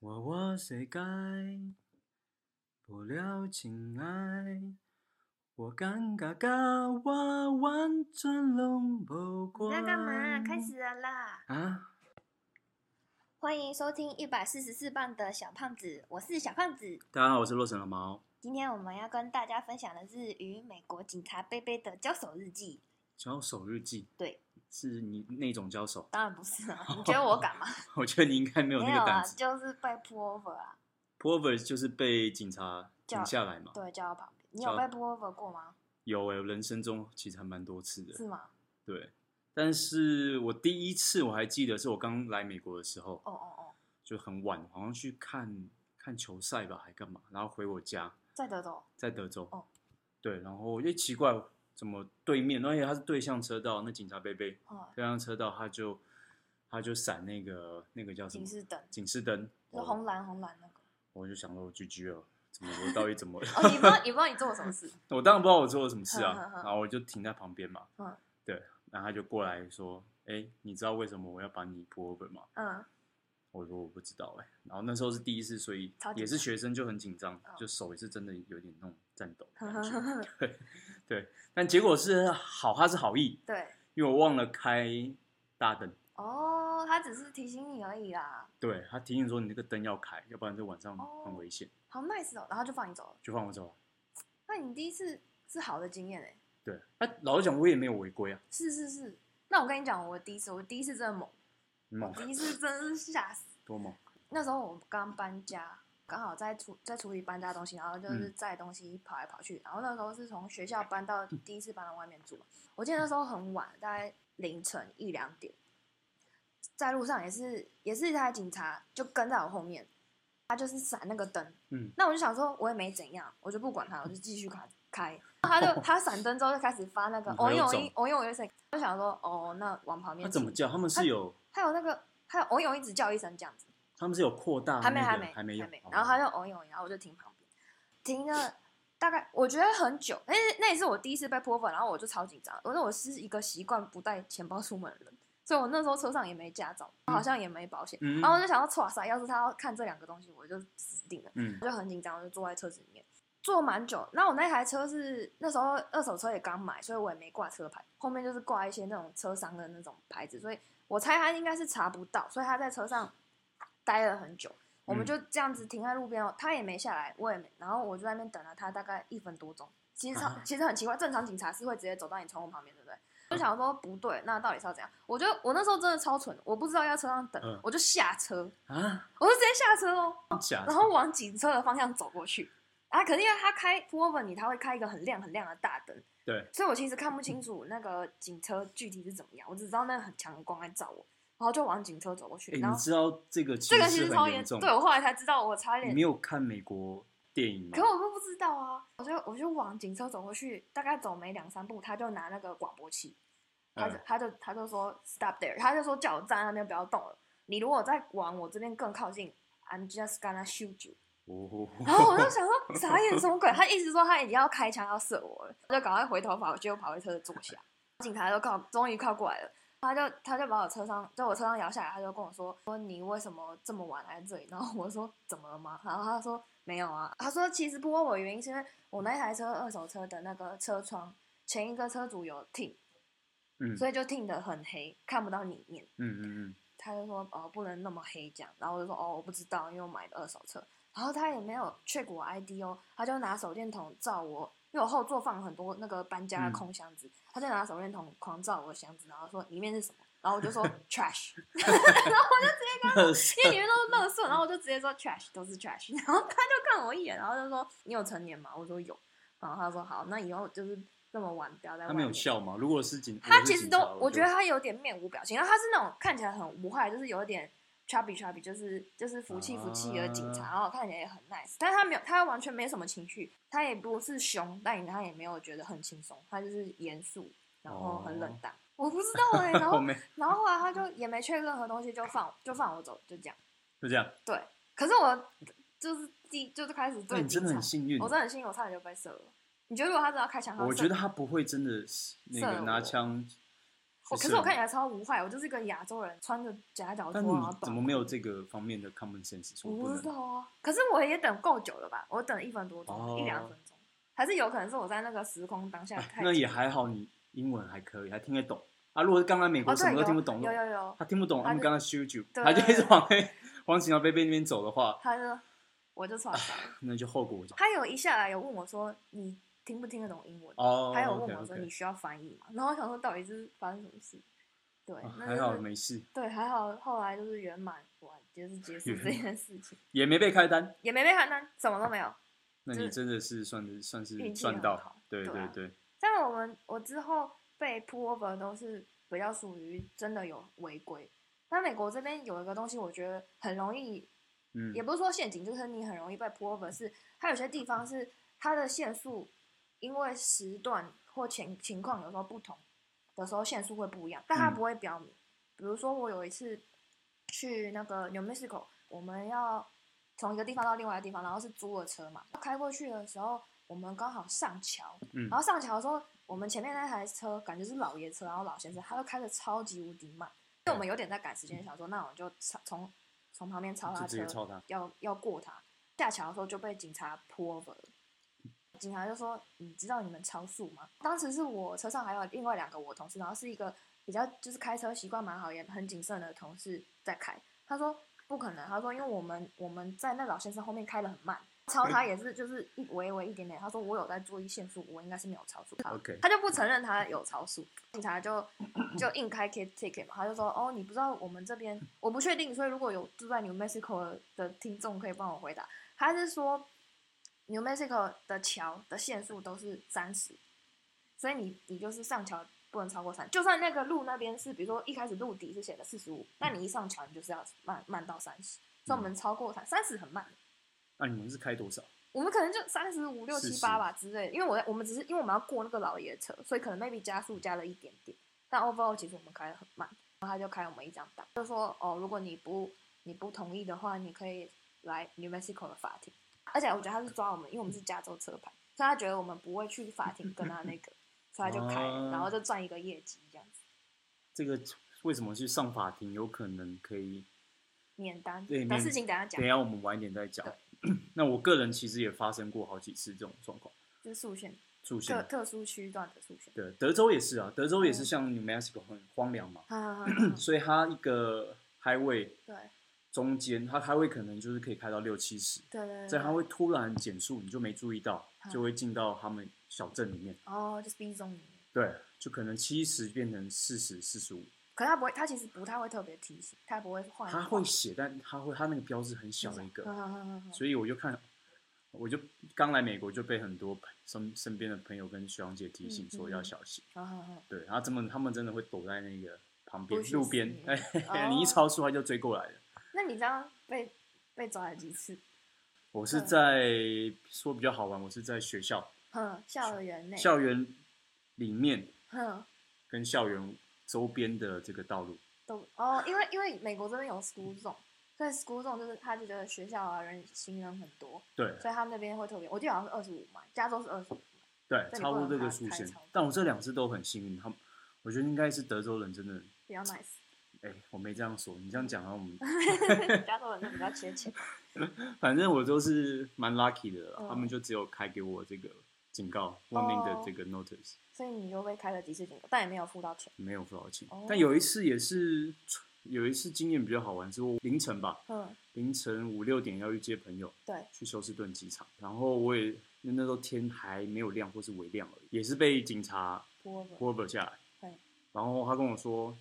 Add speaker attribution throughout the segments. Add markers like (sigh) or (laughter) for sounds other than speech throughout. Speaker 1: 我我世界，无了情爱，我感觉甲我完全拢无
Speaker 2: 你在
Speaker 1: 关。
Speaker 2: 干嘛？开始了啦！
Speaker 1: 啊！
Speaker 2: 欢迎收听一百四十四磅的小胖子，我是小胖子。
Speaker 1: 大家好，我是洛神的毛。
Speaker 2: 今天我们要跟大家分享的是与美国警察贝贝的交手日记。
Speaker 1: 交手日记
Speaker 2: 对，
Speaker 1: 是你那种交手，
Speaker 2: 当然不是啊，你觉得我敢吗？
Speaker 1: (laughs) 我觉得你应该没有
Speaker 2: (laughs) 没
Speaker 1: 那个
Speaker 2: 啊，
Speaker 1: 胆子。
Speaker 2: 就是被 pull over 啊，
Speaker 1: p u l v e r 就是被警察停
Speaker 2: 叫
Speaker 1: 下来嘛。
Speaker 2: 对，哦叫到旁边。你有
Speaker 1: 叫
Speaker 2: 被 pull over 过吗？
Speaker 1: 有诶、我人生中其实还蛮多次的。
Speaker 2: 是吗？
Speaker 1: 对，但是我第一次我还记得是我刚来美国的时候，
Speaker 2: 哦哦哦，
Speaker 1: 就很晚，好像去看看球赛吧，还干嘛？然后回我家，
Speaker 2: 在德州。
Speaker 1: 在德州。
Speaker 2: 哦
Speaker 1: 对，然后就奇怪，怎么对面，而且他是对向车道，那警察贝贝
Speaker 2: 嗯，
Speaker 1: 对向车道，他就他就闪那个那个叫什么
Speaker 2: 警示灯，
Speaker 1: 警示灯，
Speaker 2: 就是
Speaker 1: 我
Speaker 2: 红蓝红蓝那个。
Speaker 1: 我就想说我 GG 了，怎么我到底怎么？ (laughs)
Speaker 2: 哦，你不知道，你不知道你做了什么事？
Speaker 1: 我当然不知道我做了什么事啊
Speaker 2: 嗯嗯，
Speaker 1: 然
Speaker 2: 嗯
Speaker 1: 后我就停在旁边嘛，
Speaker 2: 嗯
Speaker 1: 对，然后他就过来说，哎、你知道为什么我要把你 pull over 吗？
Speaker 2: (laughs) 嗯， (laughs)
Speaker 1: 我说我不知道哎、然后那时候是第一次，所以
Speaker 2: 超紧张
Speaker 1: 也是学生就很紧张
Speaker 2: 哦，
Speaker 1: 就手也是真的有点那种颤抖的感觉。对对，但结果是好，他是好意，
Speaker 2: 对。
Speaker 1: 因为我忘了开大灯。
Speaker 2: 哦，他只是提醒你而已啦，
Speaker 1: 对他提醒说你这个灯要开，要不然这晚上很
Speaker 2: 哦
Speaker 1: 危险，
Speaker 2: 好 nice 哦，然后就放你走了。
Speaker 1: 就放我走。
Speaker 2: 那你第一次是好的经验哎、
Speaker 1: 对，那、老实讲我也没有违规啊，
Speaker 2: 是是是。那我跟你讲，我第一次，我第一次真的猛，我
Speaker 1: 猛
Speaker 2: 第一次真的是吓死。
Speaker 1: 多猛，
Speaker 2: 那时候我刚搬家，刚好在处在处理搬家的东西，然后
Speaker 1: 嗯
Speaker 2: 就是载东西跑来跑去。然后那时候是从学校搬到第一次搬到外面住嘛，我记得那时候很晚，大概凌晨一两点，在路上也是也是一台警察就跟在我后面，他就是闪那个灯，
Speaker 1: 嗯，
Speaker 2: 那我就想说我也没怎样，我就不管他，我就继续开开。他就他闪灯之后就开始发那个
Speaker 1: 哦你
Speaker 2: 哦
Speaker 1: 还有
Speaker 2: 呦
Speaker 1: 种
Speaker 2: 一哦呦一声，我就想说哦那往旁
Speaker 1: 他
Speaker 2: 边
Speaker 1: 怎么
Speaker 2: 骑
Speaker 1: 叫？他们是有，
Speaker 2: 还有那个还有哦呦一直叫一声这样子。
Speaker 1: 他们是有扩哦大、那
Speaker 2: 还没
Speaker 1: 个
Speaker 2: 还
Speaker 1: 还
Speaker 2: 没
Speaker 1: 没有
Speaker 2: 没，然后他
Speaker 1: 就
Speaker 2: 就哦呦，然后我就停旁边，停了大概我觉得很久，那那也是我第一次被泼粉，然后我就超紧张，因为我是一个习惯不带钱包出门的人，所以我那时候车上也没驾照，好像也没保险，
Speaker 1: 嗯
Speaker 2: 然后我就想要哇塞，要是他要看这两个东西，我就死定了，
Speaker 1: 嗯
Speaker 2: 我就很紧张，我就坐在车子里面。坐蛮久，那我那台车是那时候二手车也刚买，所以我也没挂车牌，后面就是挂一些那种车商的那种牌子，所以我猜他应该是查不到，所以他在车上待了很久。我
Speaker 1: 嗯
Speaker 2: 们就这样子停在路边哦，他也没下来，我也没，然后我就在那边等了他大概一分多钟。其实超
Speaker 1: 啊嗯
Speaker 2: 其实很奇怪，正常警察是会直接走到你窗户旁边，对不对？就想说不对，那到底是要怎样？我觉得我那时候真的超蠢，我不知道要车上等，
Speaker 1: 嗯
Speaker 2: 我就下车，
Speaker 1: 啊，
Speaker 2: 我就直接下车哦，
Speaker 1: 假的
Speaker 2: 然后往警车的方向走过去。啊，可是因为他开 p u l o v e r 你，他会开一个很亮很亮的大灯，
Speaker 1: 对，
Speaker 2: 所以我其实看不清楚那个警车具体是怎么样，我只知道那个很强的光在照我，然后就往警车走过去，
Speaker 1: 哎、
Speaker 2: 然
Speaker 1: 你
Speaker 2: 后
Speaker 1: 知道这个
Speaker 2: 这个其
Speaker 1: 实
Speaker 2: 实超
Speaker 1: 很
Speaker 2: 严
Speaker 1: 严重，
Speaker 2: 对我后来才知道，我差点
Speaker 1: 你没有看美国电影吗
Speaker 2: 可？我都不知道啊，我就我就往警车走过去，大概走没两三步，他就拿那个广播器，他就、
Speaker 1: 嗯
Speaker 2: 他就他就说 stop there，他就说叫我站在那边不要动了，你如果再往我这边更靠近，I'm just gonna shoot you。 (laughs)
Speaker 1: 哦，
Speaker 2: 然后我就想说傻眼什么鬼？他一直说他已经要开枪要射我了，我就赶快回头跑，结果跑回车子坐下，警察都靠终于靠过来了。他就他就把我车上，在我车上摇下来，他就跟我说说你为什么这么晚来这里？然后我说怎么了吗？然后他说没有啊。他说其实不过我的原因是因为我那台车二手车的那个车窗前一个车主有 tint，
Speaker 1: 嗯
Speaker 2: 所以就 tint 的很黑，看不到里面。
Speaker 1: 嗯嗯
Speaker 2: 他就说哦不能那么黑这样，然后我就说哦我不知道，因为我买的二手车，然后他也没有 check 我 ID 哦，他就拿手电筒照我，因为我后座放很多那个搬
Speaker 1: 嗯
Speaker 2: 家的空箱子，他就拿手电筒狂照我的箱子，然后说里面是什么，然后我就
Speaker 1: (laughs)
Speaker 2: 说 trash， (laughs)
Speaker 1: 嗯，乐色
Speaker 2: 因为里面都是垃圾，然后我就直接说 trash 都是 trash，然 (laughs) 后他就看我一眼，然后就说你有成年吗？我说有，然后他说好，那以后就是这么晚不要再
Speaker 1: 他没有
Speaker 2: 外面
Speaker 1: 笑吗？如果是警，
Speaker 2: 他
Speaker 1: 我是
Speaker 2: 其实
Speaker 1: 警
Speaker 2: 都
Speaker 1: 察，
Speaker 2: 我觉
Speaker 1: 就
Speaker 2: 得他有点面无表情，然后他是那种看起来很无害，就是有一点 chubby chubby，就是就是福气福气的警察，
Speaker 1: 啊
Speaker 2: 然后看起来也很 nice，但是他没有，他完全没什么情绪，他也不是凶，但他也没有觉得很轻松，他就是严肃，然后很
Speaker 1: 哦
Speaker 2: 冷淡。我不知道哎、
Speaker 1: (laughs)
Speaker 2: 然
Speaker 1: 后
Speaker 2: 后
Speaker 1: 面
Speaker 2: 然后后来他就也没确认任何东西，就放就放我走，就这样。
Speaker 1: 就这样。
Speaker 2: 对，可是我就是第就是开始
Speaker 1: 那
Speaker 2: 对
Speaker 1: 你真
Speaker 2: 警
Speaker 1: 的
Speaker 2: 察，
Speaker 1: 很幸运
Speaker 2: 我，真的很幸运，我差点就被射了。你觉得如果他真的要开枪，他会
Speaker 1: 我
Speaker 2: 射
Speaker 1: 觉得他不会真的那
Speaker 2: 射
Speaker 1: 个
Speaker 2: 我
Speaker 1: 拿枪
Speaker 2: 我可是我看起来超无害，我就是一个亚洲人，穿着夹脚拖
Speaker 1: 但你
Speaker 2: 然后短
Speaker 1: 怎么
Speaker 2: 裤
Speaker 1: 没有这个方面的 common sense？说
Speaker 2: 我
Speaker 1: 不
Speaker 2: 不知道
Speaker 1: 能
Speaker 2: 啊，可是我也等够久了吧？我等一分多钟，
Speaker 1: 哦啊
Speaker 2: 一两分钟，还是有可能是我在那个时空当下太哦
Speaker 1: 那也还好，你英文还可以，还听得懂啊。如果是刚来美国，
Speaker 2: 哦，
Speaker 1: 什
Speaker 2: 对，
Speaker 1: 么
Speaker 2: 有
Speaker 1: 都听不懂，
Speaker 2: 有有有，
Speaker 1: 他听不懂，他
Speaker 2: 他
Speaker 1: 们
Speaker 2: 就
Speaker 1: 刚刚 shoot you，
Speaker 2: 对
Speaker 1: 他就一直往那往警察贝贝那边走的话，
Speaker 2: 他就我就传
Speaker 1: (laughs)
Speaker 2: 了。
Speaker 1: 那就后果就
Speaker 2: 他有一下来有问我说你听不听得懂英文，
Speaker 1: 哦。
Speaker 2: 他有
Speaker 1: OK，
Speaker 2: 问我说
Speaker 1: OK
Speaker 2: 你需要翻译吗？然后我想说到底是发生什么事？对，
Speaker 1: 啊
Speaker 2: 那
Speaker 1: 还
Speaker 2: 就
Speaker 1: 好
Speaker 2: 是
Speaker 1: 没事，
Speaker 2: 对，还好后来就是圆满完，就是结
Speaker 1: (laughs)
Speaker 2: 束
Speaker 1: 圆
Speaker 2: 这
Speaker 1: 满
Speaker 2: 件事情，
Speaker 1: 也没被开单，
Speaker 2: 也没被喊单，什么都没有。
Speaker 1: 那
Speaker 2: 就
Speaker 1: 你
Speaker 2: 是
Speaker 1: 真的是算是算
Speaker 2: 运
Speaker 1: 是
Speaker 2: 气
Speaker 1: 赚
Speaker 2: 很
Speaker 1: 到
Speaker 2: 好，
Speaker 1: 对
Speaker 2: 对啊
Speaker 1: 对，
Speaker 2: 但我们我之后被 pull over 都是比较属于真的有违规。但美国这边有一个东西，我觉得很容易，
Speaker 1: 嗯
Speaker 2: 也不是说陷阱，就是你很容易被 pull over 是。它有些地方是它的限速，因为时段或情情况有时候不同，有时候限速会不一样，但它
Speaker 1: 嗯
Speaker 2: 不会标明。比如说我有一次去那个 New Mexico，我们要从一个地方到另外一个地方，然后是租了车嘛，开过去的时候，我们刚好上桥，
Speaker 1: 嗯
Speaker 2: 然后上桥的时候，我们前面那台车感觉是老爷车，然后老先生，他就开的超级无敌慢，因为我们有点在赶时间，想说那我们就超从从旁边超他
Speaker 1: 就直接
Speaker 2: 车，
Speaker 1: 超他，
Speaker 2: 要要过他，下桥的时候就被警察 pull over 了。警察就说：“你知道你们超速吗？”当时是我车上还有另外两个我同事，然后是一个比较就是开车习惯蛮好也很谨慎的同事在开。他说：“不可能。”他说：“因为我们我们在那老先生后面开的很慢，超他也是就是一微微一点点。”他说：“我有在注意限速，我应该是没有超速。他”
Speaker 1: OK
Speaker 2: 他就不承认他有超速，警察就就硬开 k ticket 嘛，他就说：“哦，你不知道我们这边我不确定，所以如果有住在 New Mexico 的听众可以帮我回答。”他是说 New Mexico 的桥的限速都是三十，所以你你就是上桥不能超过三，就算那个路那边是，比如说一开始路底是写的四十五，那你一上桥你就是要慢慢到三十，所以我们超过三三十很慢，
Speaker 1: 那你们是开多少？
Speaker 2: 我们可能就三十五六七
Speaker 1: 40
Speaker 2: 八吧之类的，因为我在我们只是因为我们要过那个老爷车，所以可能 maybe 加速加了一点点，但 overall 其实我们开的很慢，然后他就开我们一张单，就说哦，如果你不你不同意的话，你可以来 New Mexico 的法庭，而且我觉得他是抓我们，因为我们是加州车牌，所以他觉得我们不会去法庭跟他那个，所以他就开了，
Speaker 1: 哦
Speaker 2: 然后就赚一个业绩这样子，
Speaker 1: 这个为什么去上法庭有可能可以？
Speaker 2: 免单，
Speaker 1: 对啊
Speaker 2: 但
Speaker 1: 免
Speaker 2: 事情等一下讲
Speaker 1: 等一，下我们晚一点再讲。 (clears throat) 那我个人其实也发生过好几次这种状况，
Speaker 2: 就是速限
Speaker 1: 出
Speaker 2: 特
Speaker 1: 现。
Speaker 2: 特殊区段
Speaker 1: (clears throat)
Speaker 2: 的速限，
Speaker 1: 对，德州也是啊，德州也
Speaker 2: 嗯
Speaker 1: 是像 New Mexico 很荒凉嘛，
Speaker 2: 哈哈哈哈
Speaker 1: 所以它一个 highway
Speaker 2: 对
Speaker 1: 中间，它 highway 可能就是可以开到六七十，
Speaker 2: 对对对，
Speaker 1: 所以它
Speaker 2: 对
Speaker 1: 会突然减速，你就没注意到，
Speaker 2: 嗯
Speaker 1: 就会进到他们小镇里面。
Speaker 2: 哦，就是 B 中里面。
Speaker 1: 对，就可能七十变成四十、四十五，
Speaker 2: 可是他不会，他其实不太会特别提醒，他不会换。
Speaker 1: 它会写，但它会它那个标志很小的一个，
Speaker 2: 嗯嗯嗯嗯嗯
Speaker 1: 所以我就看，我就刚来美国就被很多朋身身边的朋友跟学长姐提醒
Speaker 2: 嗯
Speaker 1: 说
Speaker 2: 嗯
Speaker 1: 要
Speaker 2: 嗯
Speaker 1: 小心。
Speaker 2: 嗯嗯
Speaker 1: 对，然后他们他们真的会躲在那个旁边
Speaker 2: 不许
Speaker 1: 路
Speaker 2: 死
Speaker 1: 边
Speaker 2: 你，
Speaker 1: 哎、嘿嘿你一
Speaker 2: 哦
Speaker 1: 超速他就追过来了。
Speaker 2: 嗯那你这样被被抓了几次？
Speaker 1: 我是
Speaker 2: 嗯
Speaker 1: 在说比较好玩，我是在学校
Speaker 2: 哼，校园内，
Speaker 1: 校园里面
Speaker 2: 哼
Speaker 1: 跟校园周边的这个道路，
Speaker 2: 都哦，因为因为美国这边有 school zone，所以 school zone 就是他就觉得学校啊人行人很多，
Speaker 1: 对
Speaker 2: 所以他们那边会特别，我记得好像是二十五嘛，加州是二十五，
Speaker 1: 对，
Speaker 2: 对
Speaker 1: 差不多这个
Speaker 2: 你不
Speaker 1: 速
Speaker 2: 能开
Speaker 1: 限
Speaker 2: 超过。
Speaker 1: 但我这两次都很幸运，他们我觉得应该是德州人真的，
Speaker 2: 比较 nice，
Speaker 1: 哎、我没这样说，你这样讲啊，我
Speaker 2: (laughs)
Speaker 1: 们
Speaker 2: 加州人就比较缺钱。
Speaker 1: 反正我都是蛮 lucky 的啦，
Speaker 2: 嗯哦
Speaker 1: 他们就只有开给我这个警告 warning 的这个 notice，
Speaker 2: 所以你就被开了几次警告，但也没有付到钱。
Speaker 1: 没有付到钱
Speaker 2: 哦。
Speaker 1: 但有一次也是有一次经验比较好玩，是我凌晨吧，
Speaker 2: 嗯，
Speaker 1: 凌晨五六点要去接朋友
Speaker 2: 对，
Speaker 1: 去休斯顿机场，然后我也那时候天还没有亮或是微亮而已，也是被警察
Speaker 2: 不会不会
Speaker 1: p u l 下来
Speaker 2: 对，
Speaker 1: 然后他跟我说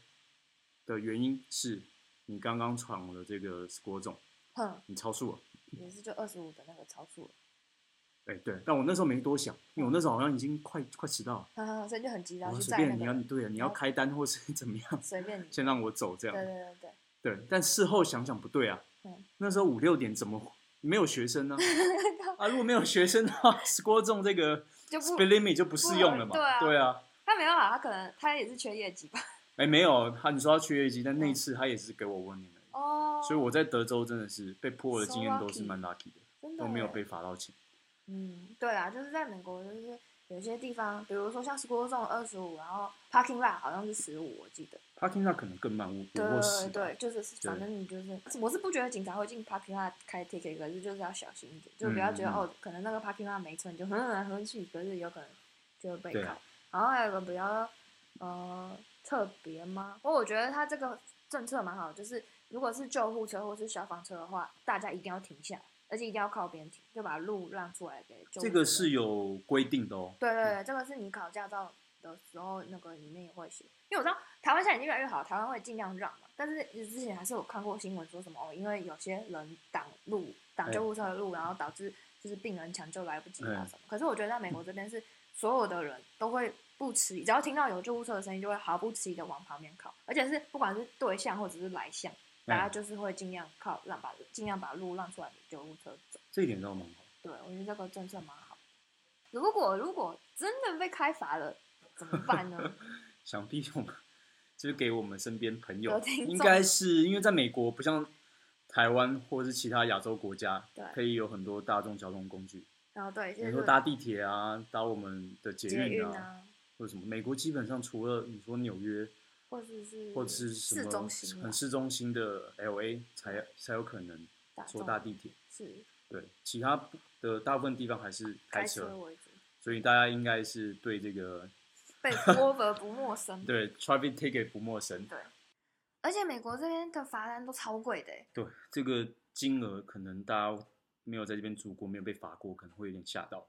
Speaker 1: 的原因是你刚刚闯了这个 score 总，
Speaker 2: 哼，
Speaker 1: 你超速了。
Speaker 2: 也是就二十五的那个超速了，
Speaker 1: 哎、对，但我那时候没多想，因为我那时候好像已经快快迟到了。
Speaker 2: 哈哈，所以就很急着
Speaker 1: 我
Speaker 2: 要
Speaker 1: 说
Speaker 2: 去
Speaker 1: 随
Speaker 2: 载
Speaker 1: 便
Speaker 2: 那
Speaker 1: 你要
Speaker 2: 个，嗯
Speaker 1: 对，啊你要开单或是怎么样，
Speaker 2: 随便你，对
Speaker 1: 先让我走这
Speaker 2: 对
Speaker 1: 样。
Speaker 2: 对对。
Speaker 1: 对，但事后想想不对啊
Speaker 2: 嗯，
Speaker 1: 那时候五六点怎么没有学
Speaker 2: (laughs)
Speaker 1: 生呢？啊，如果没有学生的话，score 中这个
Speaker 2: 就不
Speaker 1: speed limit 就不适用了嘛
Speaker 2: 不合。对
Speaker 1: 对啊，
Speaker 2: 他没办法，他可能他也是缺业绩吧。
Speaker 1: 哎，没有他，你说他缺业绩，
Speaker 2: 啊
Speaker 1: 但那一次他也是给我 warning 而已。
Speaker 2: 哦，
Speaker 1: 所以我在德州真的是被破的
Speaker 2: So
Speaker 1: 经验都是
Speaker 2: lucky
Speaker 1: 蛮 lucky 的，
Speaker 2: 真的
Speaker 1: 都没有
Speaker 2: 耶
Speaker 1: 被罚到钱。
Speaker 2: 啊嗯，对啦，就是在美国，就是有些地方，比如说像 school zone 二十五，然后 parking lot 好像是十五，我记得。
Speaker 1: parking lot 可能更慢，五五
Speaker 2: 对
Speaker 1: 或十
Speaker 2: 对
Speaker 1: 吧。
Speaker 2: 对，就是反
Speaker 1: 对
Speaker 2: 正你就是，我是不觉得警察会进 parking lot 开 ticket，可是就是要小心一点，就不要觉得、
Speaker 1: 嗯嗯
Speaker 2: 哦，可能那个 parking lot 没车，你就 (laughs) 哼来哼去，可是有可能就会被
Speaker 1: 对
Speaker 2: 告。然后还有个比较呃特别吗？不过我觉得他这个政策蛮好的，就是如果是救护车或是消防车的话，大家一定要停下来，而且一定要靠边停，就把路让出来给救护车。
Speaker 1: 这个是有规定的哦。
Speaker 2: 对对对，这个是你考驾照的时候那个里面也会写，因为我知道台湾现在已经越来越好，台湾会尽量让嘛。但是之前还是有看过新闻说什么，哦，因为有些人挡路、挡
Speaker 1: 哎
Speaker 2: 救护车的路，然后导致就是病人抢救来不及啊
Speaker 1: 哎
Speaker 2: 什么。可是我觉得在美国这边是所有的人都会不迟疑，只要听到有救护车的声音，就会毫不迟疑的往旁边靠，而且是不管是对向或者是来向，大家
Speaker 1: 哎，
Speaker 2: 就是会尽量靠让把尽量把路让出来给救护车走。
Speaker 1: 这一点倒蛮好。
Speaker 2: 对，我觉得这个政策蛮好。如果如果真的被开罚了，怎么办
Speaker 1: (laughs)
Speaker 2: 呢？
Speaker 1: 想必我们就是给我们身边朋友
Speaker 2: 有，听众
Speaker 1: 应该是因为在美国不像台湾或是其他亚洲国家
Speaker 2: 对，
Speaker 1: 可以有很多大众交通工具，
Speaker 2: 然后对，
Speaker 1: 比
Speaker 2: 就是
Speaker 1: 如说搭地铁啊，搭我们的捷
Speaker 2: 捷
Speaker 1: 运
Speaker 2: 运
Speaker 1: 啊，
Speaker 2: 啊，
Speaker 1: 或者什么。美国基本上除了你说纽约
Speaker 2: 或者是
Speaker 1: 或者是什
Speaker 2: 市
Speaker 1: 么
Speaker 2: 中心啊
Speaker 1: 很市中心的 L A 才才有可能
Speaker 2: 打
Speaker 1: 坐
Speaker 2: 中
Speaker 1: 大地铁，
Speaker 2: 是
Speaker 1: 对，其他的大部分地方还是
Speaker 2: 开
Speaker 1: 开
Speaker 2: 车
Speaker 1: 车，
Speaker 2: 为主，
Speaker 1: 所以大家应该是对这个
Speaker 2: 被 over 不陌生。
Speaker 1: 对 traffic ticket 不陌生。
Speaker 2: 对，而且美国这边的罚单都超贵的欸，
Speaker 1: 对，这个金额可能大家没有在这边住过，没有被罚过，可能会有点吓到。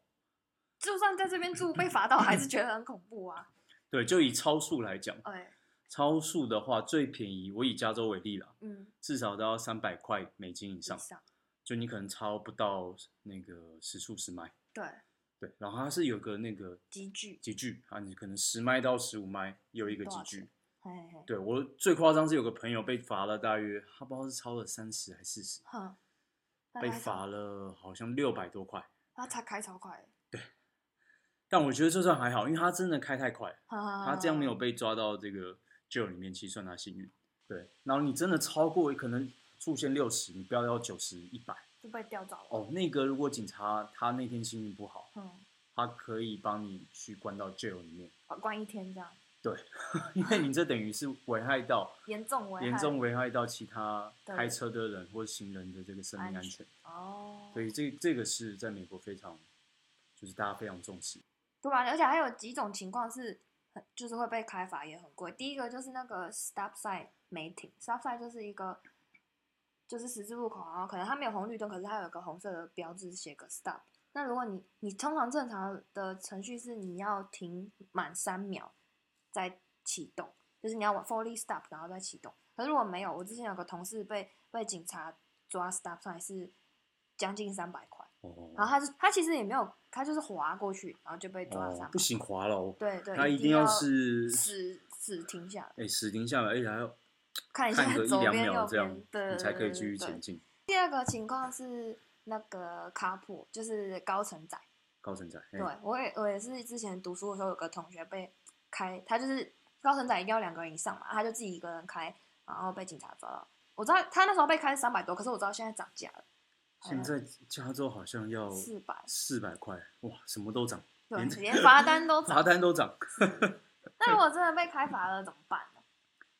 Speaker 2: 就算在这边住被罚到，还是觉得很恐怖啊。
Speaker 1: 对，就以超速来讲，
Speaker 2: 哎，
Speaker 1: 超速的话最便宜，我以加州为例啦，
Speaker 2: 嗯，
Speaker 1: 至少都要三百块美金以
Speaker 2: 以
Speaker 1: 上，
Speaker 2: 上
Speaker 1: 就你可能超不到那个时速十迈。
Speaker 2: 对
Speaker 1: 对，然后它是有个那个
Speaker 2: 集聚，
Speaker 1: 集距啊，你可能十迈到十五迈有一个
Speaker 2: 多
Speaker 1: 集
Speaker 2: 少
Speaker 1: 距
Speaker 2: 钱。嘿嘿嘿，
Speaker 1: 对我最夸张是有个朋友被罚了，大约他不知道是超了三十还四十，
Speaker 2: 哼，
Speaker 1: 被
Speaker 2: 他开超，
Speaker 1: 罚了好像六百多块。
Speaker 2: 他才开超快的，
Speaker 1: 但我觉得这算还好，因为他真的开太快了，他
Speaker 2: 他
Speaker 1: 这样没有被抓到这个 jail 里面，其实算他幸运。对，然后你真的超过可能速限六十，你不要到九十、一百
Speaker 2: 就被调走了。
Speaker 1: 哦。那个如果警察他那天心情不好，
Speaker 2: 嗯，
Speaker 1: 他可以帮你去关到 jail 里面， (laughs)
Speaker 2: 好哦关一天这样，
Speaker 1: 因为你这等于是危害到
Speaker 2: 严重危害，
Speaker 1: 严重危害到其他
Speaker 2: 对
Speaker 1: 开车的人或行人的这个生命安
Speaker 2: 安
Speaker 1: 全
Speaker 2: 全。哦，
Speaker 1: 所以这这个是在美国非常，就是大家非常重视。
Speaker 2: 对吧、而且还有几种情况是很，就是会被开罚也很贵。第一个就是那个 stop sign 没停，stop sign 就是一个就是十字路口，然后可能它没有红绿灯，可是它有一个红色的标志写个 stop。那如果你你通常正常的程序是你要停满三秒再启动，就是你要往 fully stop 然后再启动。可是如果没有，我之前有个同事被被警察抓 stop sign 是将近三百块。
Speaker 1: 哦，
Speaker 2: 然后他是他其实也没有，他就是滑过去，然后就被抓上、
Speaker 1: 哦，不，行，滑了哦，
Speaker 2: 对对，
Speaker 1: 他一
Speaker 2: 定
Speaker 1: 定要是
Speaker 2: 死死停下来，
Speaker 1: 哎，死停下来，而且还要
Speaker 2: 看一下
Speaker 1: 看个一
Speaker 2: (laughs) 左
Speaker 1: 两
Speaker 2: 边
Speaker 1: 秒
Speaker 2: 右
Speaker 1: 这样，
Speaker 2: 边，对，
Speaker 1: 你才可以继续
Speaker 2: 对
Speaker 1: 前。进。
Speaker 2: 第二个情况是那个卡普，就是高承载。
Speaker 1: 高承载，哎
Speaker 2: 对我也我也是之前读书的时候，有个同学被开，他就是高承载一定要两个人以上嘛，他就自己一个人开，然后被警察抓到。我知道他那时候被开三百多，可是我知道现在涨价了，
Speaker 1: 现在加州好像要
Speaker 2: 四百，
Speaker 1: 四百块，哇，什么都涨，
Speaker 2: 对，
Speaker 1: 连
Speaker 2: 连罚单都
Speaker 1: (laughs) 罚
Speaker 2: 涨。
Speaker 1: 单都涨。
Speaker 2: 那如果真的被开罚了怎么办呢？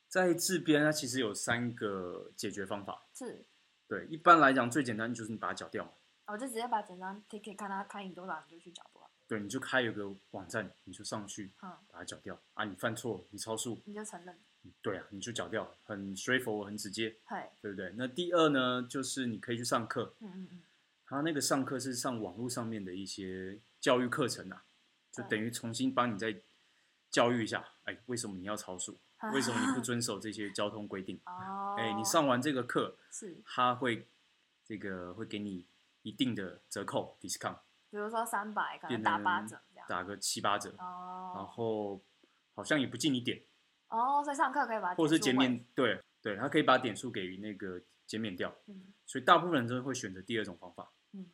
Speaker 1: 在这边，它其实有三个解决方法。
Speaker 2: 是
Speaker 1: 对，一般来讲最简单就是你把它缴掉嘛。
Speaker 2: 我就直接把整张 ticket 看他看你多少，你就去缴多少，
Speaker 1: 对，你就开有个网站，你就上去
Speaker 2: 嗯，
Speaker 1: 把它缴掉啊。你犯错，你超速，
Speaker 2: 你就承认，
Speaker 1: 对啊，你就缴掉，很 straightforward，很直接，
Speaker 2: 嘿，
Speaker 1: 对不对？那第二呢，就是你可以去上课，
Speaker 2: 嗯嗯嗯，
Speaker 1: 他那个上课是上网络上面的一些教育课程啊，就等于重新帮你再教育一下，哎，为什么你要超速？为什么你不遵守这些交通规定？
Speaker 2: 啊哦，
Speaker 1: 哎，你上完这个课，
Speaker 2: 是，
Speaker 1: 他会这个会给你一定的折扣 discount，
Speaker 2: 比如说三百，可
Speaker 1: 变
Speaker 2: 能
Speaker 1: 成
Speaker 2: 打八折这样，
Speaker 1: 打个七八折，然
Speaker 2: 哦，
Speaker 1: 后好像也不记你点，
Speaker 2: 哦，所以上课可以把它
Speaker 1: 或者是减
Speaker 2: 点数
Speaker 1: 免，对对，他可以把点数给那个减免掉，
Speaker 2: 回，嗯
Speaker 1: 所以大部分人都会选择第二种方法。
Speaker 2: 嗯，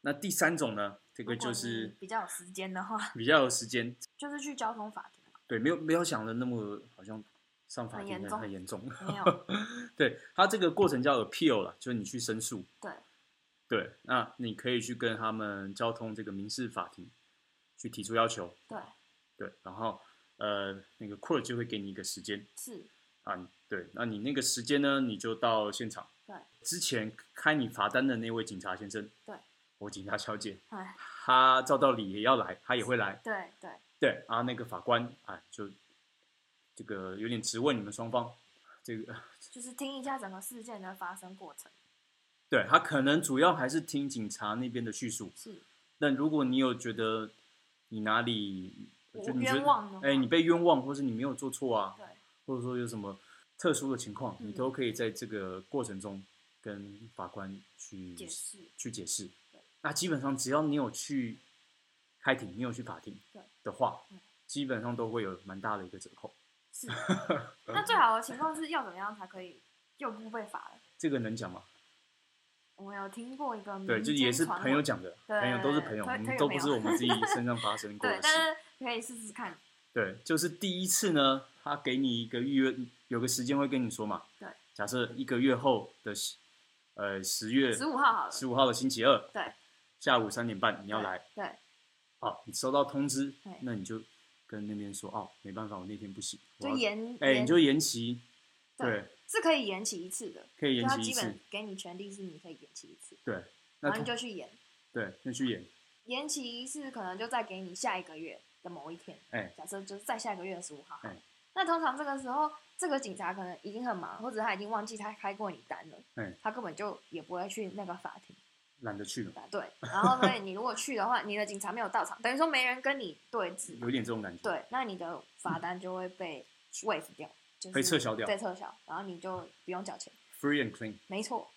Speaker 1: 那第三种呢，这个
Speaker 2: 如果
Speaker 1: 就
Speaker 2: 你
Speaker 1: 是
Speaker 2: 比较有时间的话，
Speaker 1: 比较有时间，
Speaker 2: 就是去交通法庭嘛，
Speaker 1: 对，没有没有想的那么好像上法
Speaker 2: 很
Speaker 1: 庭
Speaker 2: 严
Speaker 1: 很
Speaker 2: 重
Speaker 1: 很严重。
Speaker 2: 没
Speaker 1: (laughs)
Speaker 2: 有，
Speaker 1: 对，它这个过程叫 appeal 了，就是你去申诉。
Speaker 2: 对，
Speaker 1: 对，那你可以去跟他们交通这个民事法庭去提出要求，
Speaker 2: 对，
Speaker 1: 对，然后呃那个 court 就会给你一个时间
Speaker 2: 是，
Speaker 1: 啊，你对，那你那个时间呢，你就到现场。
Speaker 2: 对，
Speaker 1: 之前开你罚单的那位警察先生，
Speaker 2: 对，
Speaker 1: 我警察小姐，
Speaker 2: 哎，
Speaker 1: 她照道理也要来，她也会来。
Speaker 2: 对对，
Speaker 1: 对啊，那个法官啊，就这个有点质问你们双方，这个
Speaker 2: 就是听一下整个事件的发生过程，
Speaker 1: 对他可能主要还是听警察那边的叙述。
Speaker 2: 是
Speaker 1: 那如果你有觉得你哪里
Speaker 2: 我
Speaker 1: 就你觉得
Speaker 2: 冤枉的话，
Speaker 1: 哎，你被冤枉，或是你没有做错啊，
Speaker 2: 对
Speaker 1: 或者说有什么特殊的情况，
Speaker 2: 嗯
Speaker 1: 你都可以在这个过程中跟法官去
Speaker 2: 解释，
Speaker 1: 去解释
Speaker 2: 对。
Speaker 1: 那基本上只要你有去开庭，你有去法庭
Speaker 2: 对
Speaker 1: 的话
Speaker 2: 嗯，
Speaker 1: 基本上都会有蛮大的一个折扣。 (laughs)
Speaker 2: 是。那最好的情况是要怎么样才可以又不被罚了？
Speaker 1: 这个能讲吗？
Speaker 2: 我有听过一个民
Speaker 1: 对，就也是
Speaker 2: 嗯间传
Speaker 1: 朋友
Speaker 2: 闻
Speaker 1: 讲的，
Speaker 2: 对
Speaker 1: 朋友都是朋友，
Speaker 2: 推
Speaker 1: 我
Speaker 2: 推
Speaker 1: 们
Speaker 2: 给
Speaker 1: 都
Speaker 2: 朋
Speaker 1: 不是
Speaker 2: 友
Speaker 1: 我们自己身上发
Speaker 2: (laughs)
Speaker 1: 生过的，
Speaker 2: 对
Speaker 1: 事。
Speaker 2: 但是可以试试看，
Speaker 1: 对，就是第一次呢，他给你一个预约，有个时间会跟你说嘛。
Speaker 2: 对，
Speaker 1: 假设一个月后的十呃十月
Speaker 2: 十五号好了，
Speaker 1: 十五号的星期二，
Speaker 2: 对，
Speaker 1: 下午三点半你
Speaker 2: 你
Speaker 1: 要来。，
Speaker 2: 对
Speaker 1: 哦，你收到通知
Speaker 2: 对，
Speaker 1: 那你就跟那边说哦，没办法，我那天不行。我
Speaker 2: 就
Speaker 1: 要
Speaker 2: 延，
Speaker 1: 哎，
Speaker 2: 延
Speaker 1: 你就延期，
Speaker 2: 对
Speaker 1: 对，
Speaker 2: 是可以延期一次的，
Speaker 1: 可以
Speaker 2: 就
Speaker 1: 延
Speaker 2: 他
Speaker 1: 期一
Speaker 2: 基
Speaker 1: 次
Speaker 2: 本，给你权利是你可以延期一次，
Speaker 1: 对。那
Speaker 2: 然后你
Speaker 1: 通
Speaker 2: 就去延，
Speaker 1: 对，那去演，
Speaker 2: 延期一次可能就再给你下一个月的某一天，
Speaker 1: 哎
Speaker 2: 假设就是在下一个月的十五号好了
Speaker 1: 哎
Speaker 2: 那通常这个时候，这个警察可能已经很忙，或者他已经忘记他开过你单了，
Speaker 1: 哎
Speaker 2: 他根本就也不会去那个法庭。
Speaker 1: 懒得去了，
Speaker 2: 吧？对，然后所以你如果去的话，你的警察没有到场，等于说没人跟你对峙嘛
Speaker 1: 有，点这种感觉。，
Speaker 2: 对，那你的罚单就会被 waive 掉，就是
Speaker 1: 被撤销掉
Speaker 2: 被撤销，然后你就不用缴钱。
Speaker 1: ，free and clean。
Speaker 2: 没错，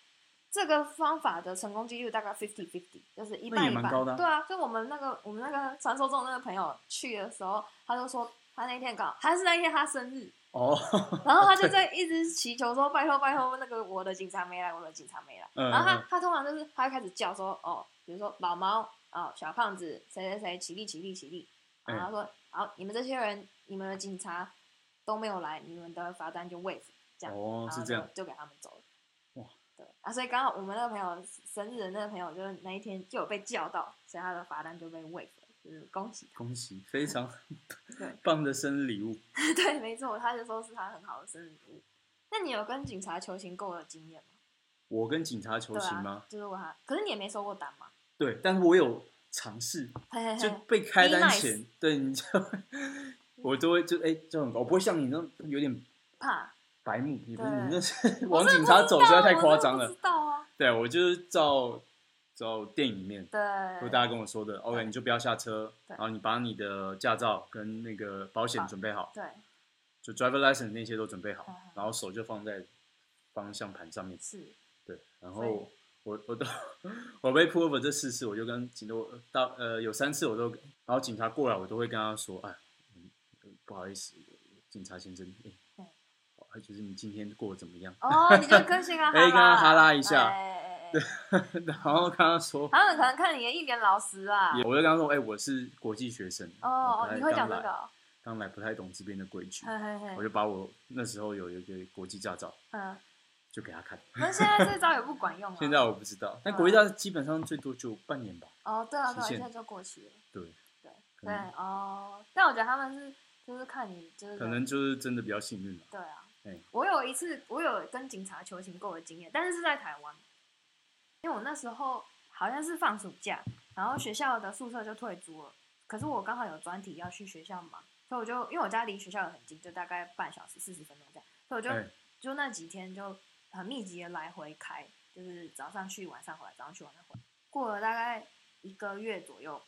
Speaker 2: 这个方法的成功几率大概 fifty fifty，就是一
Speaker 1: 那
Speaker 2: 半
Speaker 1: 也
Speaker 2: 一
Speaker 1: 蛮
Speaker 2: 半。
Speaker 1: 高的啊
Speaker 2: 对啊，就我们那个我们那个传说中的那个朋友去的时候，他就说他那天刚好还是那一天他生日，
Speaker 1: 哦，
Speaker 2: 然后他就在一直祈求说：“拜托拜托，那个我的警察没来，我的警察没来。
Speaker 1: 嗯
Speaker 2: 然后
Speaker 1: 嗯
Speaker 2: 他他通常就是他会开始叫说：“哦，比如说老猫哦，小胖子，谁谁谁，起立起立起立。”然
Speaker 1: 嗯
Speaker 2: 后他说：“好，你们这些人，你们的警察都没有来，你们的罚单就 waive。”这样
Speaker 1: 哦
Speaker 2: 然，后
Speaker 1: 是这样
Speaker 2: 就，就给他们走了。
Speaker 1: 哇，
Speaker 2: 对啊，所以刚好我们那个朋友生日的那个朋友，就是那一天就有被叫到，所以他的罚单就被 waive 了，就是恭喜 (laughs)
Speaker 1: 恭喜，非常
Speaker 2: 对
Speaker 1: 棒的生日礼物。
Speaker 2: 对，没错，他就说是他很好的生日礼物。那你有跟警察求情过的经验吗？
Speaker 1: 我跟警察求
Speaker 2: 对
Speaker 1: 情
Speaker 2: 啊
Speaker 1: 吗？，
Speaker 2: 就是我他，可是你也没收过单嘛？
Speaker 1: 对,、但是我有尝试，
Speaker 2: 嘿 (laughs) 嘿
Speaker 1: 就
Speaker 2: 嘿，
Speaker 1: 被开
Speaker 2: Be
Speaker 1: 单
Speaker 2: nice
Speaker 1: 前，对你就 (laughs) 我都会就哎、就很高，我不会像你那种有点
Speaker 2: 怕
Speaker 1: 白目，你不是
Speaker 2: 对
Speaker 1: 你那是 (laughs)
Speaker 2: 我
Speaker 1: 往
Speaker 2: 真的
Speaker 1: 警
Speaker 2: 不
Speaker 1: 察
Speaker 2: 知
Speaker 1: 走
Speaker 2: 道
Speaker 1: 实在太
Speaker 2: 我
Speaker 1: 夸
Speaker 2: 真的
Speaker 1: 张
Speaker 2: 不
Speaker 1: 了
Speaker 2: 知。道啊，
Speaker 1: 对我就是照照电影里面。就
Speaker 2: 对，
Speaker 1: 大家跟我说的，OK，你就不要下车，
Speaker 2: 对
Speaker 1: 然后你把你的驾照跟那个保险
Speaker 2: 好
Speaker 1: 准备好，
Speaker 2: 对，
Speaker 1: 就 driver license 那些都准备好
Speaker 2: 嗯嗯，
Speaker 1: 然后手就放在方向盘上面，
Speaker 2: 是
Speaker 1: 对，然
Speaker 2: 所以
Speaker 1: 后我我都我被 pull over 这四次，我就跟警都到呃有三次我都，然后警察过来我都会跟他说，哎，嗯不好意思，警察先生，哎
Speaker 2: 嗯，
Speaker 1: 哎就是你今天过得怎么样？ (laughs)
Speaker 2: 哦，你就跟先跟他
Speaker 1: 哎跟他哈拉一下
Speaker 2: 哎哎哎哎
Speaker 1: 然后跟他说，
Speaker 2: 他们可能看你也一脸老实啊，
Speaker 1: 我就跟他说，哎，我是国际学生，我
Speaker 2: 哦
Speaker 1: 不，太
Speaker 2: 你会讲
Speaker 1: 刚
Speaker 2: 这
Speaker 1: 来
Speaker 2: 个嗯哦，
Speaker 1: 刚来不太懂这边的规矩，
Speaker 2: 嘿嘿
Speaker 1: 我
Speaker 2: 嘿，
Speaker 1: 就把我那时候有一个国际驾照
Speaker 2: 嗯，
Speaker 1: 就给他看。
Speaker 2: 那现在这招也不管用啊，
Speaker 1: (laughs) 现在我不知道，但国际驾照基本上最多就半年吧。
Speaker 2: 哦，对啊对啊，
Speaker 1: 期限
Speaker 2: 现在就过期了，
Speaker 1: 对，
Speaker 2: 对
Speaker 1: 可
Speaker 2: 对
Speaker 1: 能
Speaker 2: 哦，但我觉得他们是就是看你就是
Speaker 1: 可
Speaker 2: 人
Speaker 1: 能就是真的比较幸运了。
Speaker 2: 对啊
Speaker 1: 哎，
Speaker 2: 我有一次我有跟警察求情过的经验，但是是在台湾，因为我那时候好像是放暑假，然后学校的宿舍就退租了，可是我刚好有专题要去学校忙，所以我就因为我家离学校也很近，就大概半小时四十分钟这样，所以我就、
Speaker 1: 哎
Speaker 2: 就那几天就很密集的来回开，就是早上去晚上回来，早上去晚上回来，过了大概一个月左右，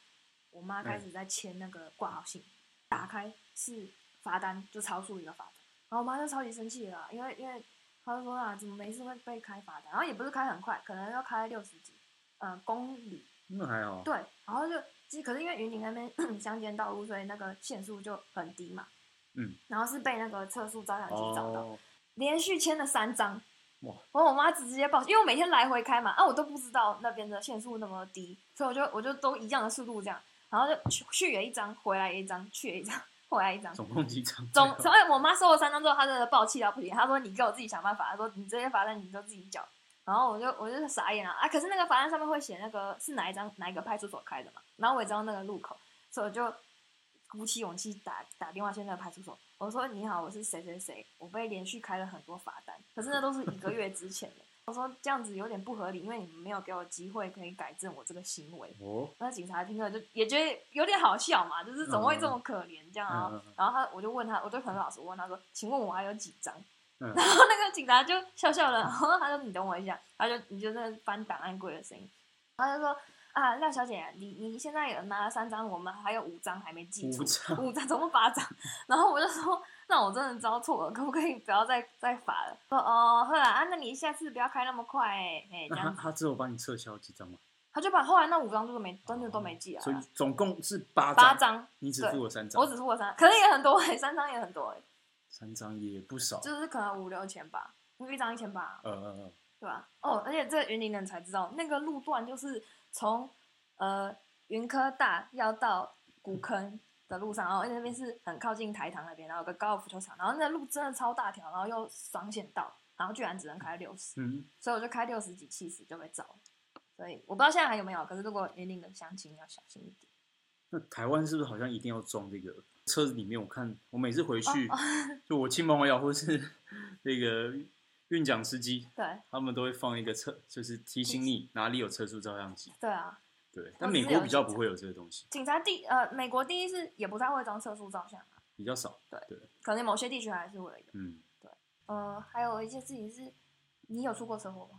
Speaker 2: 我妈开
Speaker 1: 哎
Speaker 2: 始在签那个挂号信，打开是罚单，就超速一个罚单。然后我妈就超级生气了啊，因为因为她就说啊，怎么没事会被开罚单？然后也不是开很快，可能要开六十几，呃，公里。
Speaker 1: 那还好，
Speaker 2: 对，然后就其实可是因为云林那边 (coughs) 乡间道路，所以那个限速就很低嘛。
Speaker 1: 嗯。
Speaker 2: 然后是被那个测速照相机找啊到，
Speaker 1: 哦，
Speaker 2: 连续签了三张。
Speaker 1: 哇！
Speaker 2: 我我妈直接报，因为我每天来回开嘛，啊，我都不知道那边的限速那么低，所以我就我就都一样的速度这样，然后就去去也一张，回来也一张，去也一张，回来一张。
Speaker 1: 总共几场？
Speaker 2: 总，所以我妈收了三张之后，她真的暴气到不行。她说：“你给我自己想办法。”她说：“你这些罚单你就自己缴。”然后我就我就傻眼了啊！可是那个罚单上面会写那个是哪一张哪一个派出所开的嘛，然后我也知道那个路口，所以我就鼓起勇气打打电话去那个派出所，我说：“你好，我是谁谁谁，我被连续开了很多罚单，可是那都是一个月之前的。”我说：“这样子有点不合理，因为你们没有给我机会可以改正我这个行为。”
Speaker 1: (laughs) 哦，
Speaker 2: 那警察听了就也觉得有点好笑嘛，就是怎么会这么可怜这样啊？
Speaker 1: 嗯嗯嗯嗯
Speaker 2: 然后他我就问他，我就很老实问他说：“请问我还有几张？”
Speaker 1: 嗯
Speaker 2: (laughs) 然后那个警察就笑笑了，然后他说：“你等我一下。”他就你就在翻档案柜的声音，然后他就说：“啊，廖小姐，你你现在有拿了三张，我们还有五张还没寄出
Speaker 1: 五，张 (laughs)
Speaker 2: (laughs) 五张总共八张。” (laughs) 然后我就说：“那我真的招错了，可不可以不要再再罚了？”说：“哦，后来啊，那你下次不要开那么快、欸，哎、
Speaker 1: 那
Speaker 2: 这
Speaker 1: 他 (laughs)
Speaker 2: 样子。”
Speaker 1: 他只有帮你撤销几张吗？
Speaker 2: 他就把后来那五张就是没，真的都没寄来啊。
Speaker 1: 所以总共是八
Speaker 2: 八
Speaker 1: 张，
Speaker 2: 张，
Speaker 1: 你只
Speaker 2: 对
Speaker 1: 付了三
Speaker 2: 我
Speaker 1: 张，
Speaker 2: 只付了三，可能也很多哎、 (laughs) 三张也很多哎、
Speaker 1: 三张也不少。
Speaker 2: 就是可能五六千吧，因为一张一千八，
Speaker 1: 呃呃呃，
Speaker 2: 对吧？哦，而且这云林人才知道，那个路段就是从呃云科大要到古坑的路上，然后那边是很靠近台糖那边，然后有个高尔夫球场，然后那路真的超大条，然后又双线道，然后居然只能开六十，
Speaker 1: 嗯，
Speaker 2: 所以我就开六十几、七十就被找了。所以我不知道现在还有没有，可是如果云林的相亲要小心一点。
Speaker 1: 那台湾是不是好像一定要装这个车子里面？我看我每次回
Speaker 2: 哦
Speaker 1: 去， (laughs) 就我亲朋好友或是 (laughs) 那个运奖司机，
Speaker 2: 对
Speaker 1: 他们都会放一个车，就是提醒你哪里有车速照相机。
Speaker 2: 对啊，
Speaker 1: 对，但美国比较不会有这个东西，
Speaker 2: 警察第呃，美国第一是也不太会装测速照相啊，
Speaker 1: 比较少。
Speaker 2: 可能某些地区还是会有。
Speaker 1: 嗯，
Speaker 2: 呃，还有一些事情是，你有出过车祸吗？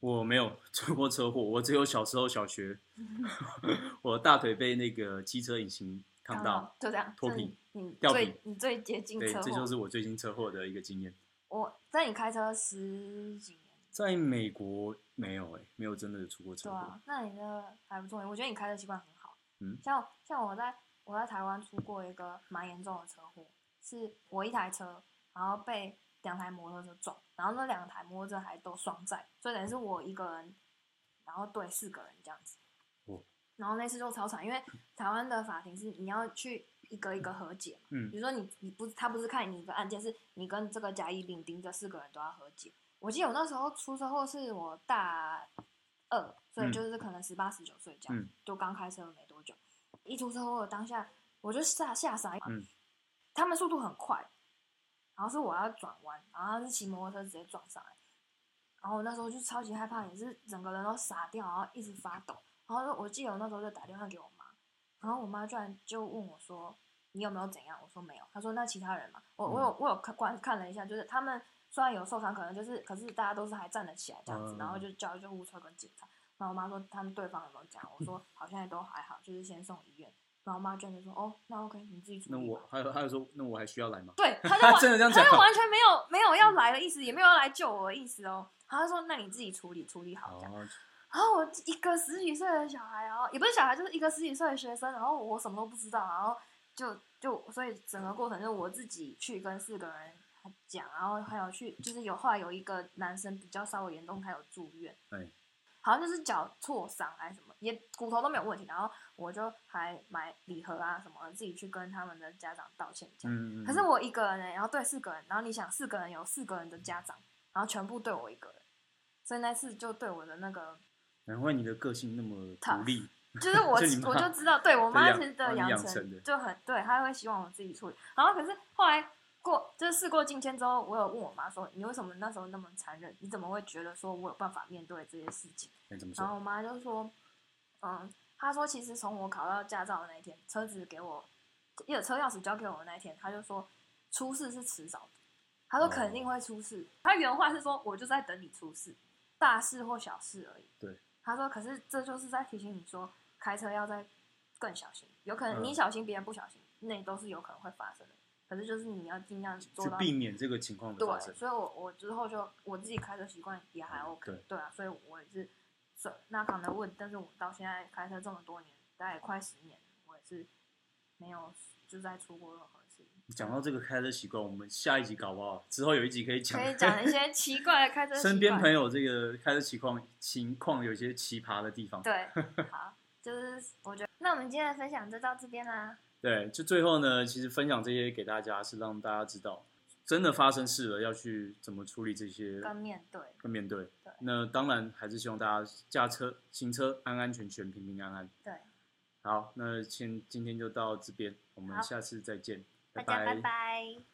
Speaker 1: 我没有出过车祸，我只有小时候小学，
Speaker 2: 嗯
Speaker 1: (laughs) 我大腿被那个机车引擎烫到。
Speaker 2: 就这样
Speaker 1: 脱
Speaker 2: 这是
Speaker 1: 皮
Speaker 2: 你
Speaker 1: 掉
Speaker 2: 最
Speaker 1: 皮
Speaker 2: 你最接近
Speaker 1: 对，
Speaker 2: 车祸。
Speaker 1: 这就是我最近车祸的一个经验。
Speaker 2: 我在你开车十几年，
Speaker 1: 在美国没有哎、没有真的出过车
Speaker 2: 对
Speaker 1: 祸。
Speaker 2: 啊，那你的还不错，我觉得你开车习惯很好。
Speaker 1: 嗯
Speaker 2: 像像我在我在台湾出过一个蛮严重的车祸，是我一台车，然后被两台摩托车撞，然后那两台摩托车还都双载，所以等于是我一个人，然后对四个人这样子。
Speaker 1: 哦
Speaker 2: 然后那次就超惨，因为台湾的法庭是你要去一个一个和解嘛，
Speaker 1: 嗯
Speaker 2: 比如说你你不他不是看你一个案件，是你跟这个甲乙丙丁这四个人都要和解。我记得我那时候出车祸是我大二，所以就是可能十八十九岁这样，
Speaker 1: 嗯
Speaker 2: 就刚开车没多久。一出车祸的当下，我就吓吓傻。
Speaker 1: 嗯
Speaker 2: 他们速度很快，然后是我要转弯，然后他是骑摩托车直接撞上来，然后我那时候就超级害怕，也是整个人都傻掉，然后一直发抖。然后我记得我那时候就打电话给我妈，然后我妈居然就问我说：“你有没有怎样？”我说没有。她说：“那其他人嘛？”我我
Speaker 1: 嗯
Speaker 2: 有我有看观看了一下，就是他们虽然有受伤，可能就是可是大家都是还站得起来这样子，
Speaker 1: 嗯
Speaker 2: 然后就叫救护车跟警察。然后我妈说他们对方有没有讲？我说好像也都还好，就是先送医院。然后我妈居然就说：“哦，那 OK，你自己处
Speaker 1: 那
Speaker 2: 理吧。
Speaker 1: 我还有还有说，那我还需要来吗？ (laughs)
Speaker 2: 对，他就
Speaker 1: 他
Speaker 2: 完
Speaker 1: 真的这样
Speaker 2: 他
Speaker 1: 讲
Speaker 2: 就完全没有没有要来的意思，也没有要来救我的意思哦。然后他就说：“那你自己处理处理好。”这样。
Speaker 1: 哦，
Speaker 2: 然后我一个十几岁的小孩，然后也不是小孩，就是一个十几岁的学生，然后我什么都不知道，然后就就所以整个过程就是我自己去跟四个人讲，然后还有去就是有后来有一个男生比较稍微严重，他有住院，
Speaker 1: 哎，
Speaker 2: 好像就是脚挫伤还是什么，也骨头都没有问题，然后我就还买礼盒啊什么的，自己去跟他们的家长道歉这样。
Speaker 1: 嗯，嗯
Speaker 2: 可是我一个人、欸，然后对四个人，然后你想四个人有四个人的家长，然后全部对我一个人，所以那次就对我的
Speaker 1: (laughs)
Speaker 2: 那个，
Speaker 1: 难怪你的个性那么独立，
Speaker 2: 就是我
Speaker 1: 就你妈
Speaker 2: 我就知道，对我妈
Speaker 1: 对养
Speaker 2: 其实的
Speaker 1: 帮你
Speaker 2: 养
Speaker 1: 养成的
Speaker 2: 成就很对，她会希望我自己处理。然后可是后来过，就是事过境迁之后，我有问我妈说，你为什么那时候那么残忍？你怎么会觉得说我有办法面对这些事情？
Speaker 1: 哎，怎么
Speaker 2: 然后
Speaker 1: 说？
Speaker 2: 我妈就说，嗯，她说其实从我考到驾照的那一天，车子给我，有车钥匙交给我的那一天，她就说出事是迟早的，她说
Speaker 1: 哦
Speaker 2: 肯定会出事，她原话是说我就在等你出事，大事或小事而已。
Speaker 1: 对，
Speaker 2: 她说可是这就是在提醒你说开车要再更小心，有可能
Speaker 1: 嗯
Speaker 2: 你小心，别人不小心，那都是有可能会发生的。可是就是你要尽量做
Speaker 1: 去
Speaker 2: 到
Speaker 1: 避免这个情况的
Speaker 2: 对
Speaker 1: 发，生。
Speaker 2: 所以我我之后就我自己开车习惯也还 OK，、
Speaker 1: 对
Speaker 2: 啊，所以我也是，所以那可能问，但是我到现在开车这么多年，大概快十年，我也是没有就在出过任何事情。
Speaker 1: 讲到这个开车习惯，我们下一集搞不好之后有一集可以讲
Speaker 2: 可以讲一些奇怪的开车习惯，
Speaker 1: (laughs) 身边朋友这个开车情况情况有一些奇葩的地方。 (laughs)
Speaker 2: 对，好，就是我觉得，那我们今天的分享就到这边啦。
Speaker 1: 对，就最后呢，其实分享这些给大家是让大家知道，真的发生事了要去怎么处理这些
Speaker 2: 跟面对，
Speaker 1: 跟面对
Speaker 2: 对。
Speaker 1: 那当然还是希望大家驾车行车安安全全、平平安安。
Speaker 2: 对，
Speaker 1: 好，那先今天就到这边，我们
Speaker 2: 好
Speaker 1: 下次再见，
Speaker 2: 大家
Speaker 1: 拜
Speaker 2: 拜拜